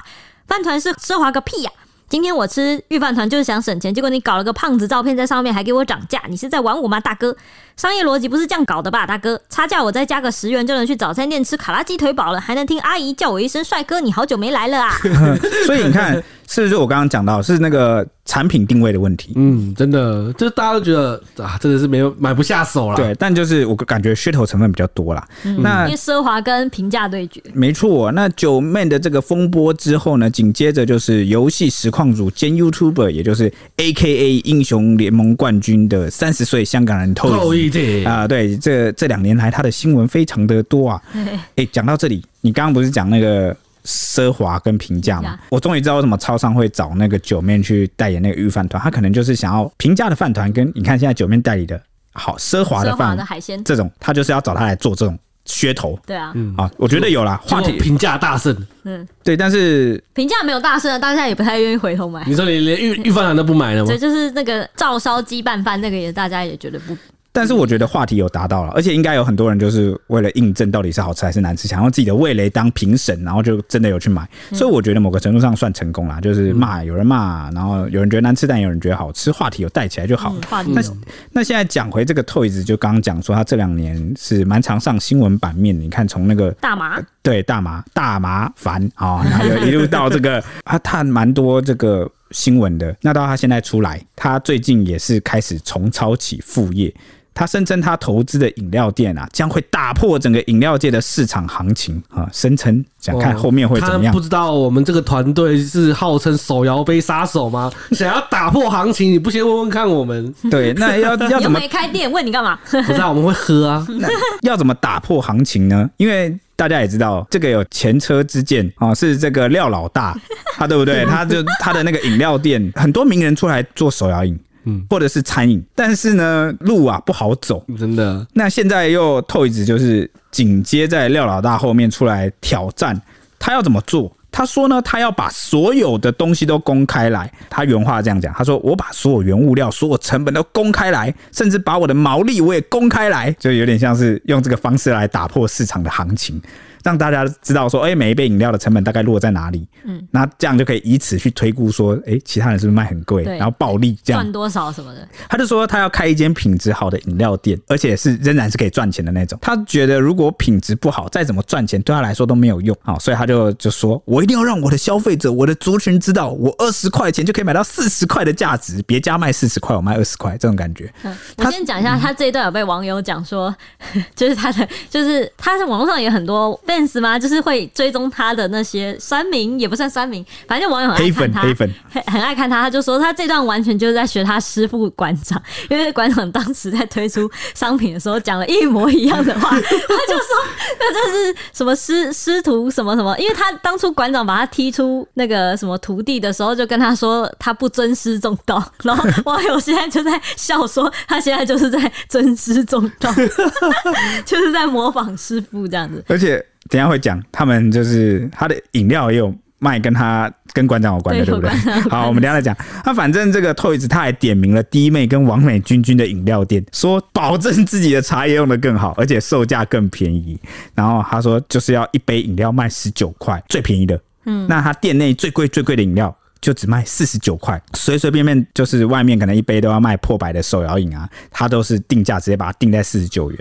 饭团是奢华个屁呀、啊今天我吃御饭团就是想省钱，结果你搞了个胖子照片在上面，还给我涨价，你是在玩我吗，大哥？商业逻辑不是这样搞的吧，大哥？差价我再加个十元就能去早餐店吃卡拉鸡腿堡了，还能听阿姨叫我一声帅哥，你好久没来了啊！所以你看，是不是我刚刚讲到是那个产品定位的问题？嗯，真的，就是大家都觉得啊，真的是没有买不下手啦。嗯对，但就是我感觉噱头成分比较多啦。那因为奢华跟平价对决，没错，那九妹的这个风波之后呢，紧接着就是游戏实况组兼 YouTuber，也就是 A K A 英雄联盟冠军的三十岁香港人够透一一点啊、对，这这两年来他的新闻非常的多啊。哎，讲到这里，你刚刚不是讲那个奢华跟平价平吗价？我终于知道为什么超商会找那个九面去代言那个御饭团，他可能就是想要平价的饭团跟你看现在九面代理的好奢华的奢华饭的海鲜，这种，他就是要找他来做这种噱头。对啊，啊，我觉得有啦，话话题题评价大胜。嗯，对，但是评价没有大胜，大家也不太愿意回头买。你说你连预预饭团都不买了吗对，？就是那个照烧鸡拌饭，那个也大家也觉得不嗯但是我觉得话题有达到了，而且应该有很多人就是为了印证到底是好吃还是难吃，想用自己的味蕾当评审，然后就真的有去买，所以我觉得某个程度上算成功啦，就是骂有人骂，然后有人觉得难吃，但有人觉得好吃，话题有带起来就好嗯了。话题那有那现在讲回这个 Toys，就刚刚讲说他这两年是蛮常上新闻版面，你看从那个大麻对大麻大麻烦啊、哦，然后又一路到这个， 啊他探蛮多这个新闻的。那到他现在出来，他最近也是开始重操起副业。他声称他投资的饮料店啊，将会打破整个饮料界的市场行情啊，声称想看哦后面会怎么他样不。知道我们这个团队是号称手摇杯杀手吗？想要打破行情，你不先问问看我们？对，那 要要你又怎么没开店，问你干嘛？不知道我们会喝啊。 要怎么打破行情呢？因为大家也知道，这个有前车之鉴啊、哦是这个廖老大，他对不对？他就他的那个饮料店，很多名人出来做手摇饮，嗯，或者是餐饮，但是呢，路啊不好走。真的，那现在又透一子就是紧接在廖老大后面出来挑战，他要怎么做？他说呢，他要把所有的东西都公开来。他原话这样讲，他说：“我把所有原物料、所有成本都公开来，甚至把我的毛利我也公开来，就有点像是用这个方式来打破市场的行情，让大家知道说，哎、每一杯饮料的成本大概落在哪里。嗯，那这样就可以以此去推估说，哎、其他人是不是卖很贵，对然后暴利这样赚多少什么的，他就说他要开一间品质好的饮料店，而且是仍然是可以赚钱的那种。他觉得如果品质不好，再怎么赚钱对他来说都没有用啊、好所以他就就说我一定要让我的消费者、我的族群知道，我二十块钱就可以买到四十块的价值，别家卖四十块，我卖二十块这种感觉。嗯我先讲一下，他这一段有被网友讲说， 就是他的，就是他在网络上也很多 fans 嘛，就是会追踪他的那些酸民，也不算酸民，反正网友很爱黑看粉，他，黑粉，很很爱看他，他就说他这段完全就是在学他师傅馆长，因为馆长当时在推出商品的时候讲了一模一样的 话，他就说那这是什么师师徒什么什么，因为他当初馆长把他踢出那个什么徒弟的时候，就跟他说他不尊师重道，然后网友现在就在笑说他现在就是在尊师重道， 就是在模仿师傅这样子。而且等一下会讲，他们就是他的饮料也有卖跟他跟馆长有关的，对对不对有关？好，我们等一下再讲。那反正这个 Toys 他还点名了低妹跟王美君君的饮料店，说保证自己的茶叶用的更好，而且售价更便宜。然后他说就是要一杯饮料卖十九块，最便宜的。嗯，那他店内最贵最贵的饮料。就只卖四十九块，随随便便就是外面可能一杯都要卖破百的手摇饮啊，他都是定价直接把它定在四十九元。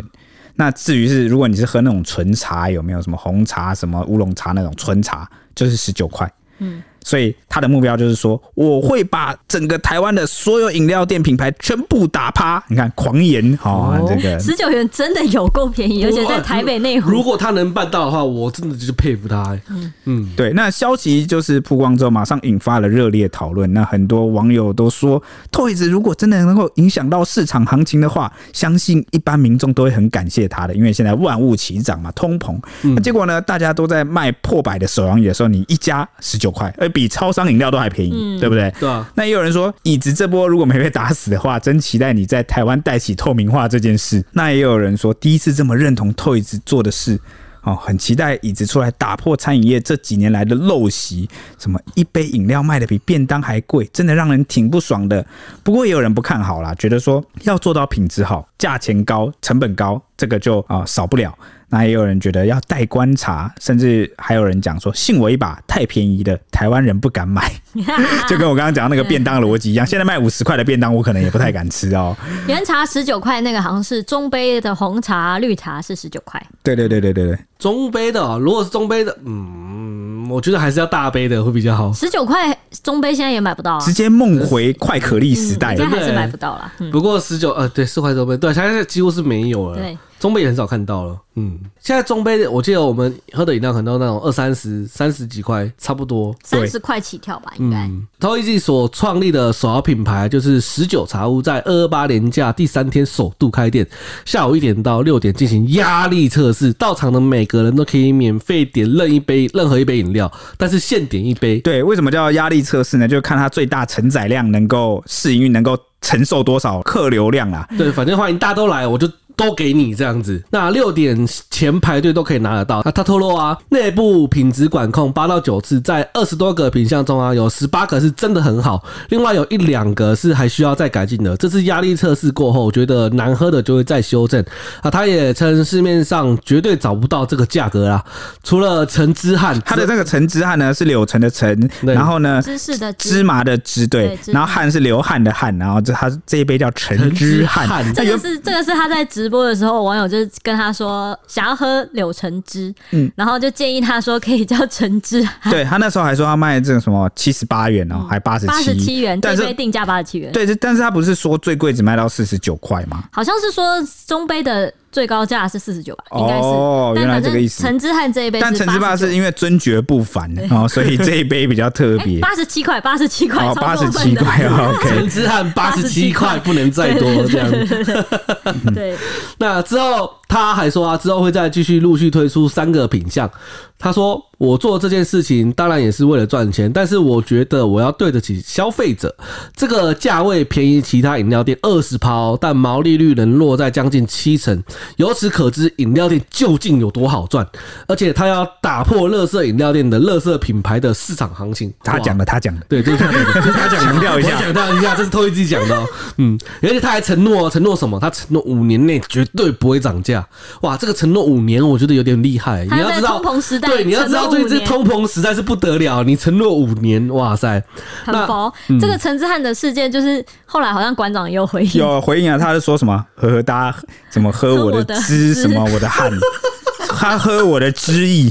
那至于是如果你是喝那种纯茶，有没有什么红茶、什么乌龙茶那种纯茶，就是十九块。嗯，所以他的目标就是说，我会把整个台湾的所有饮料店品牌全部打趴。你看，狂言好、哦这个十九元真的有够便宜，而且在台北内如湖。果他能办到的话，我真的就是佩服他、欸。嗯，对，那消息就是曝光之后，马上引发了热烈讨论。那很多网友都说，Toys 如果真的能够影响到市场行情的话，相信一般民众都会很感谢他的，因为现在万物齐涨嘛，通膨。那结果呢，大家都在卖破百的手摇饮的时候，你一加十九块，而比超商饮料都还便宜，对不对？对啊，那也有人说，椅子这波如果没被打死的话，真期待你在台湾带起透明化这件事。那也有人说，第一次这么认同 Toys 做的事。哦，很期待椅子出来打破餐饮业这几年来的陋习，什么一杯饮料卖的比便当还贵，真的让人挺不爽的。不过也有人不看好啦，觉得说要做到品质好、价钱高、成本高，这个就啊、呃少不了。那也有人觉得要待观察，甚至还有人讲说信我一把，太便宜的台湾人不敢买。啊就跟我刚刚讲的那个便当的逻辑一样，现在卖五十块的便当，我可能也不太敢吃哦。原茶十九块，那个好像是中杯的红茶、绿茶是十九块。对对对对对对，中杯的哦、如果是中杯的，嗯，我觉得还是要大杯的会比较好。十九块中杯现在也买不到啊直，接梦回快可丽时代现在了。还是买不到啦。嗯，不过十九呃，对，四块中杯，对，现在几乎是没有了。对，中杯也很少看到了。嗯，现在中杯的，我记得我们喝的饮料很多那种二三十、三十几块，差不多。三十块起跳吧，应该。嗯，Toys 所创立的首要品牌就是十九茶屋，在二二八年假第三天首度开店，下午一点到六点进行压力测试，到场的每个人都可以免费点任一杯任何一杯饮料，但是限点一杯。对，为什么叫压力测试呢？就是看它最大承载量能够试营运能够承受多少客流量啊啦。 对，反正欢迎大家都来，我就都给你这样子。那六点前排队都可以拿得到。那他透露啊，内部品质管控八到九次，在二十多个品项中啊，有十八个是真的很好，另外有一两个是还需要再改进的。这次压力测试过后，我觉得难喝的就会再修正啊。他也称市面上绝对找不到这个价格啦，除了橙汁和它的这个橙汁汗呢是柳橙的橙，对然后呢芝士的芝芝，麻的芝，对对，芝麻然后汗是流汗的汗，然后这它这一杯叫橙橙汁汁汗汗。那这原个是这个是他在直播的时候，网友就是跟他说想要喝柳橙汁，嗯，然后就建议他说可以叫橙汁，嗯对他那时候还说他卖这个什么七十八元哦，还八十八十七元，但这是杯定价八十七元，对，这但是他不是说最贵只卖到四十九块吗？好像是说中杯的最高价是四十九吧，应该是。哦但原来反这正个意思橙汁和这一杯是89，但陈志霸是为因为尊爵不凡哦，所以这一杯比较特别。哎八十七块，八十七块，哦，超八过十分七的。块哦，OK。橙汁和八十七块不能再多这样子。 嗯对，那之后他还说啊，之后会再继续陆续推出三个品项。他说：“我做这件事情当然也是为了赚钱，但是我觉得我要对得起消费者。这个价位便宜其他饮料店二十抛，但毛利率能落在将近七成。由此可知，饮料店究竟有多好赚。而且他要打破乐色饮料店的乐色品牌的市场行情。”他讲的。的，他讲的，对，就是他讲的，就是他讲的强调一下我强调一下，这是偷一自己讲的、哦。嗯，而且他还承诺，哦承诺什么？他承诺五年内绝对不会涨价。哇，这个承诺五年，我觉得有点厉害。他你要在知道，通膨时代对，你要知承道，诺对五这年通膨实在是不得了。你承诺五年，哇塞，很薄。嗯这个陈之汉的事件，就是后来好像馆长也有回应， 有回应啊，他是说什么呵呵哒，什么喝喝我我的的汁，汁什么我的汗， 他喝我的汁液，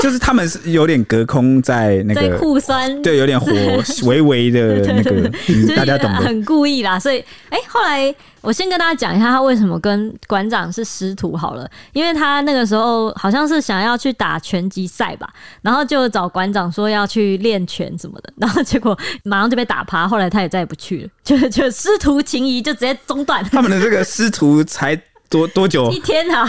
就是他们是有点隔空在那在个，哦互酸，对，有点火微微的 那个，嗯就是大家懂的。很故意啦。所以，哎、后来我先跟大家讲一下他为什么跟馆长是师徒好了，因为他那个时候好像是想要去打拳击赛吧，然后就找馆长说要去练拳什么的，然后结果马上就被打趴，后来他也再也不去了，就就师徒情谊就直接中 断。他们的这个师徒才多多久一？天 啊，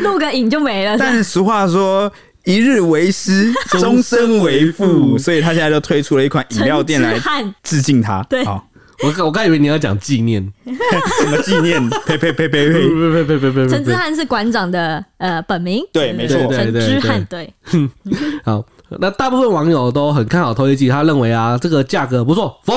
录个影就没了。但俗话说。一日为师，终身为父，所以他现在就推出了一款饮料店来陈之汉致敬他。对好，我刚我刚以为你要讲纪念，什么纪 念？呸呸呸呸呸呸！呸呸呸呸呃陈呸之呸。汉是馆长的呃本名，对没错陈对对之对汉对。好，那大部分网友都很看好偷一季，他认为啊，这个价格不错，否。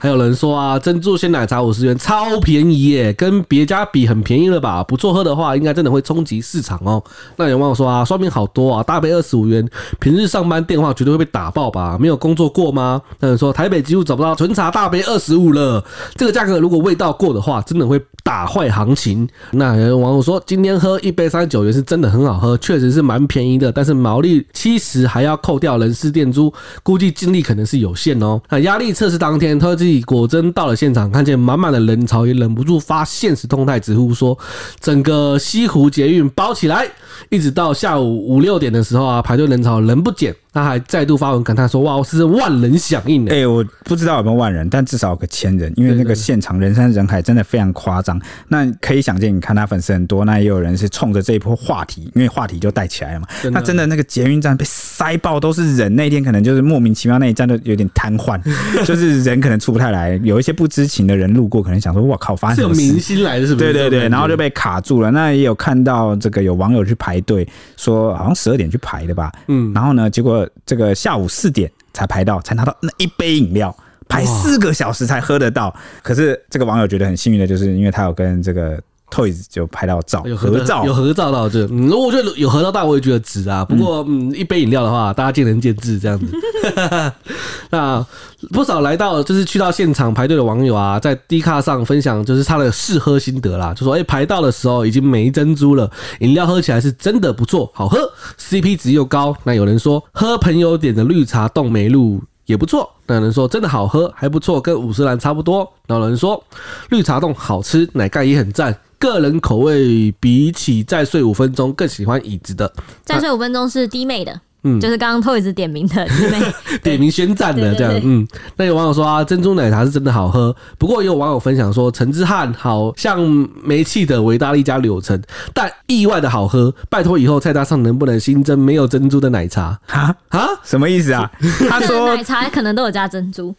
还有人说啊，珍珠鲜奶茶五十元超便宜耶，跟别家比很便宜了吧？不错喝的话，应该真的会冲击市场哦。那有网友说啊，双面好多啊，大杯二十五元，平日上班电话绝对会被打爆吧？没有工作过吗？那有人说台北几乎找不到纯茶大杯二十五了，这个价格如果味道过的话，真的会打坏行情。那有网友说，今天喝一杯三十九元是真的很好喝，确实是蛮便宜的，但是毛利七十还要扣掉人事店租，估计净利可能是有限哦。那压力测试当天，特技果真到了现场，看见满满的人潮，也忍不住发现实动态直呼说，整个西湖捷运包起来，一直到下午五六点的时候啊，排队人潮人不减。他还再度发文感叹说：“哇，是万人响应呢哎、！我不知道有没有万人，但至少有个千人，因为那个现场人山人海，真的非常夸张。那可以想见，你看他粉丝很多，那也有人是冲着这一波话题，因为话题就带起来了嘛。真的那真的那个捷运站被塞爆都是人，那天可能就是莫名其妙那一站就有点瘫 痪，就是人可能出不太来，有一些不知情的人路过，可能想说：哇靠，发生是什有么明事？星来的，是不是？对对这种感对，觉然后就被卡住了。那也有看到这个有网友去排队，说好像十二点去排的吧，嗯然后呢，结果这个下午四点才排到，才拿到那一杯饮料。排四个小时才喝得到，可是这个网友觉得很幸运的，就是因为他有跟这个 Toys 就拍到照有合照，有合照到这，嗯，我觉得有合照到，我也觉得值啊。不过，嗯，一杯饮料的话，大家见仁见智 这样子。 那不少来到就是去到现场排队的网友啊，在 D 卡上分享就是他的试喝心得啦，就说哎、排到的时候已经没珍珠了，饮料喝起来是真的不错，好喝，CP 值又高。那有人说喝朋友点的绿茶冻梅露。也不错，那有人说真的好喝，还不错，跟五十兰差不多。然后有人说绿茶冻好吃，奶盖也很赞。个人口味比起再睡五分钟更喜欢椅子的，再睡五分钟是弟妹的，嗯就是刚刚 Toys 点名的弟妹，点名宣战的对这样对，对嗯，那有网友说啊，珍珠奶茶是真的好喝，不过也有网友分享说，陈之汉好像没气的维大利加柳橙，但意外的好喝，拜托以后菜单上能不能新增没有珍珠的奶茶啊，啊？什么意思啊？他这个 说奶茶可能都有加珍珠，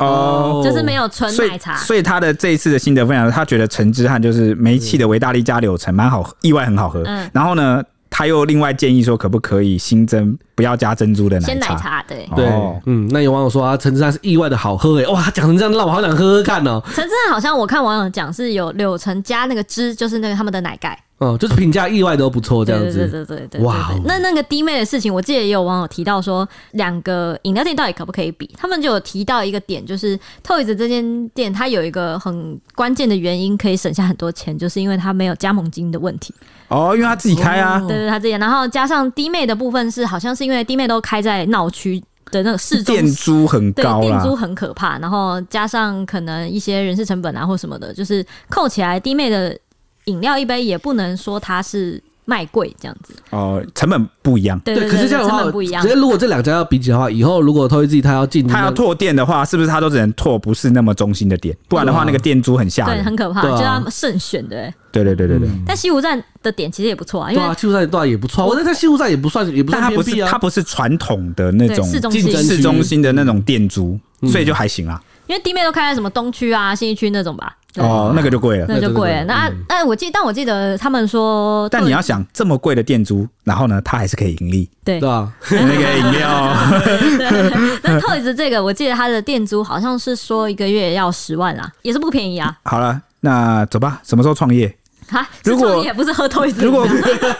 哦。就是没有纯所以奶，茶。所以他的这一次的心得分享，他觉得陈之汉就是煤气的维大利加柳橙蛮好喝，意外很好喝。嗯然后呢，他又另外建议说，可不可以新增不要加珍珠的鲜奶奶茶？茶，对，哦对，嗯，那有网友说啊，陈之汉是意外的好喝诶、欸哇，他讲成这样让我好想喝喝看哦、陈志汉好像我看网友讲是有柳橙加那个汁，就是那个他们的奶盖，哦、就是评价意外都不哦错这对样对子，对对对对对。哇哦对那那个弟妹的事情，我记得也有网友提到说，两个饮料店到底可不可以比？他们就有提到一个点，就是 Toys 这间店它有一个很关键的原因，可以省下很多钱，就是因为它没有加盟金的问题。哦，因为他自己开啊哦。对对，他这样，然后加上弟妹的部分是，好像是因为弟妹都开在闹区的那个市中店心租很对，高店啦租，很可怕，然后加上可能一些人事成本啊或什么的，就是扣起来，弟妹的饮料一杯也不能说它是卖贵这样子。哦，成本不一样。对对，对可是对，这样的成话，本不一样可。是如果这两家要比起的话，以后如果偷一季他要进，他要拓店的话，是不是他都只能拓不是那么中心的点？不然的话，对啊那个店租很吓对，人。很可怕，对啊就要慎选对。对对对对对。但西湖站的点其实也不错啊，因对啊，为西湖站对啊也不错啊，我在在西湖站也不算也不但算他不偏是僻啊，他不是传统的那对种市中竞争心，市中心的那种店租，所以就还行啊啦。因为弟妹都开在什么东区啊、信义区那种吧。对哦，那个就贵了。那就贵了。啊对对对嗯那那我记，但我记得他们说，但你要想这么贵的店租，然后呢，它还是可以盈 利。对对啊，那个饮料， 那 Toys 这个，我记得他的店租好像是说一个月要十万啊，也是不便宜啊。好了，那走吧。什么时候创业？啊，如果也不是喝 Toys，的嗯如果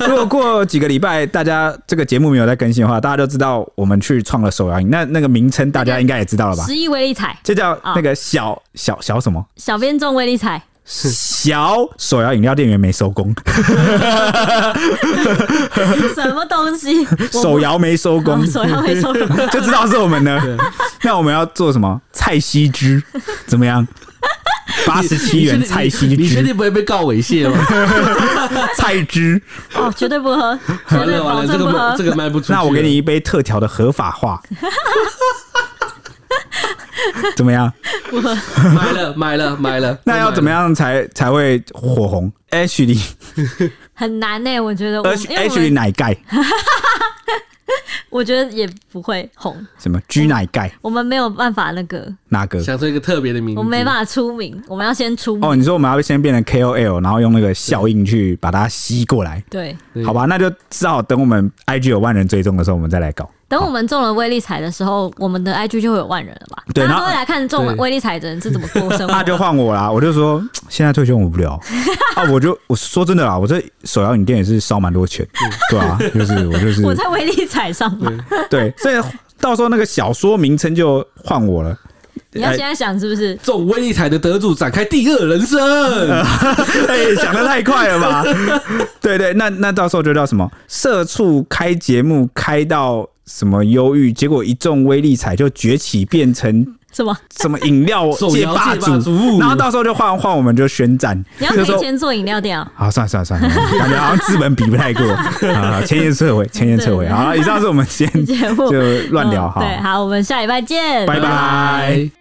如果过几个礼拜大家这个节目没有再更新的话，大家就知道我们去创了手摇饮，那那个名称大家应该也知道了吧？十亿威力彩，这叫啊那个小小小什么？小编中威力 彩，小手摇饮料店员没收工，什么东西？我 手摇没收工 啊，手摇没 收工，就知道是我们呢。那我们要做什么？菜西汁怎么 样？八十七元菜西你确汁，定不会被告猥亵吗？ 菜汁。哦，绝对不喝，绝完对了保完了，这证不个卖喝这。个卖不出去了。那我给你一杯特调的合法化， 怎么样？买了买了买了， 那要怎么？样才才会火红？H 里很难呢，我觉得我， H 因为 H 我里们奶盖我觉得也不会红，什么 G 奶盖我们没有办法那个，那个？想出一个特别的名字，我们没办法出名，我们要先出名，哦，你说我们要先变成 KOL，然后用那个效应去把它吸过来，对，对好吧？那就只好等我们 IG 有万人追踪的时候，我们再来搞。等我们中了威力彩的时候，我们的 IG 就会有万人了吧？对大家然都后会来看中了对威力彩的人是怎么过生活那就的。换我啦，我就说现在退休我不了啊，我就我说真的啦，我这手摇饮店也是烧蛮多钱，对啊，就是我就是 我在威力彩上嘛，对，所以到时候那个小说名称就换我了。你哎要现在想是不是？中威力彩的得主展开第二人生，哎、想的太快了吧？对对，那那到时候就叫什么社畜开节目开到什么忧郁，结果一中威力彩就崛起变成什么？什么饮料手界摇霸界霸主然后到时候就换换我们就宣战，你 要就赔说钱做饮料店 啊？好，算了算了算了，感觉好像资本比不 太过啊，前言撤回，前言撤回。对好，以上是我们今天节目就乱聊嗯哈。对，好，我们下礼拜见，拜拜。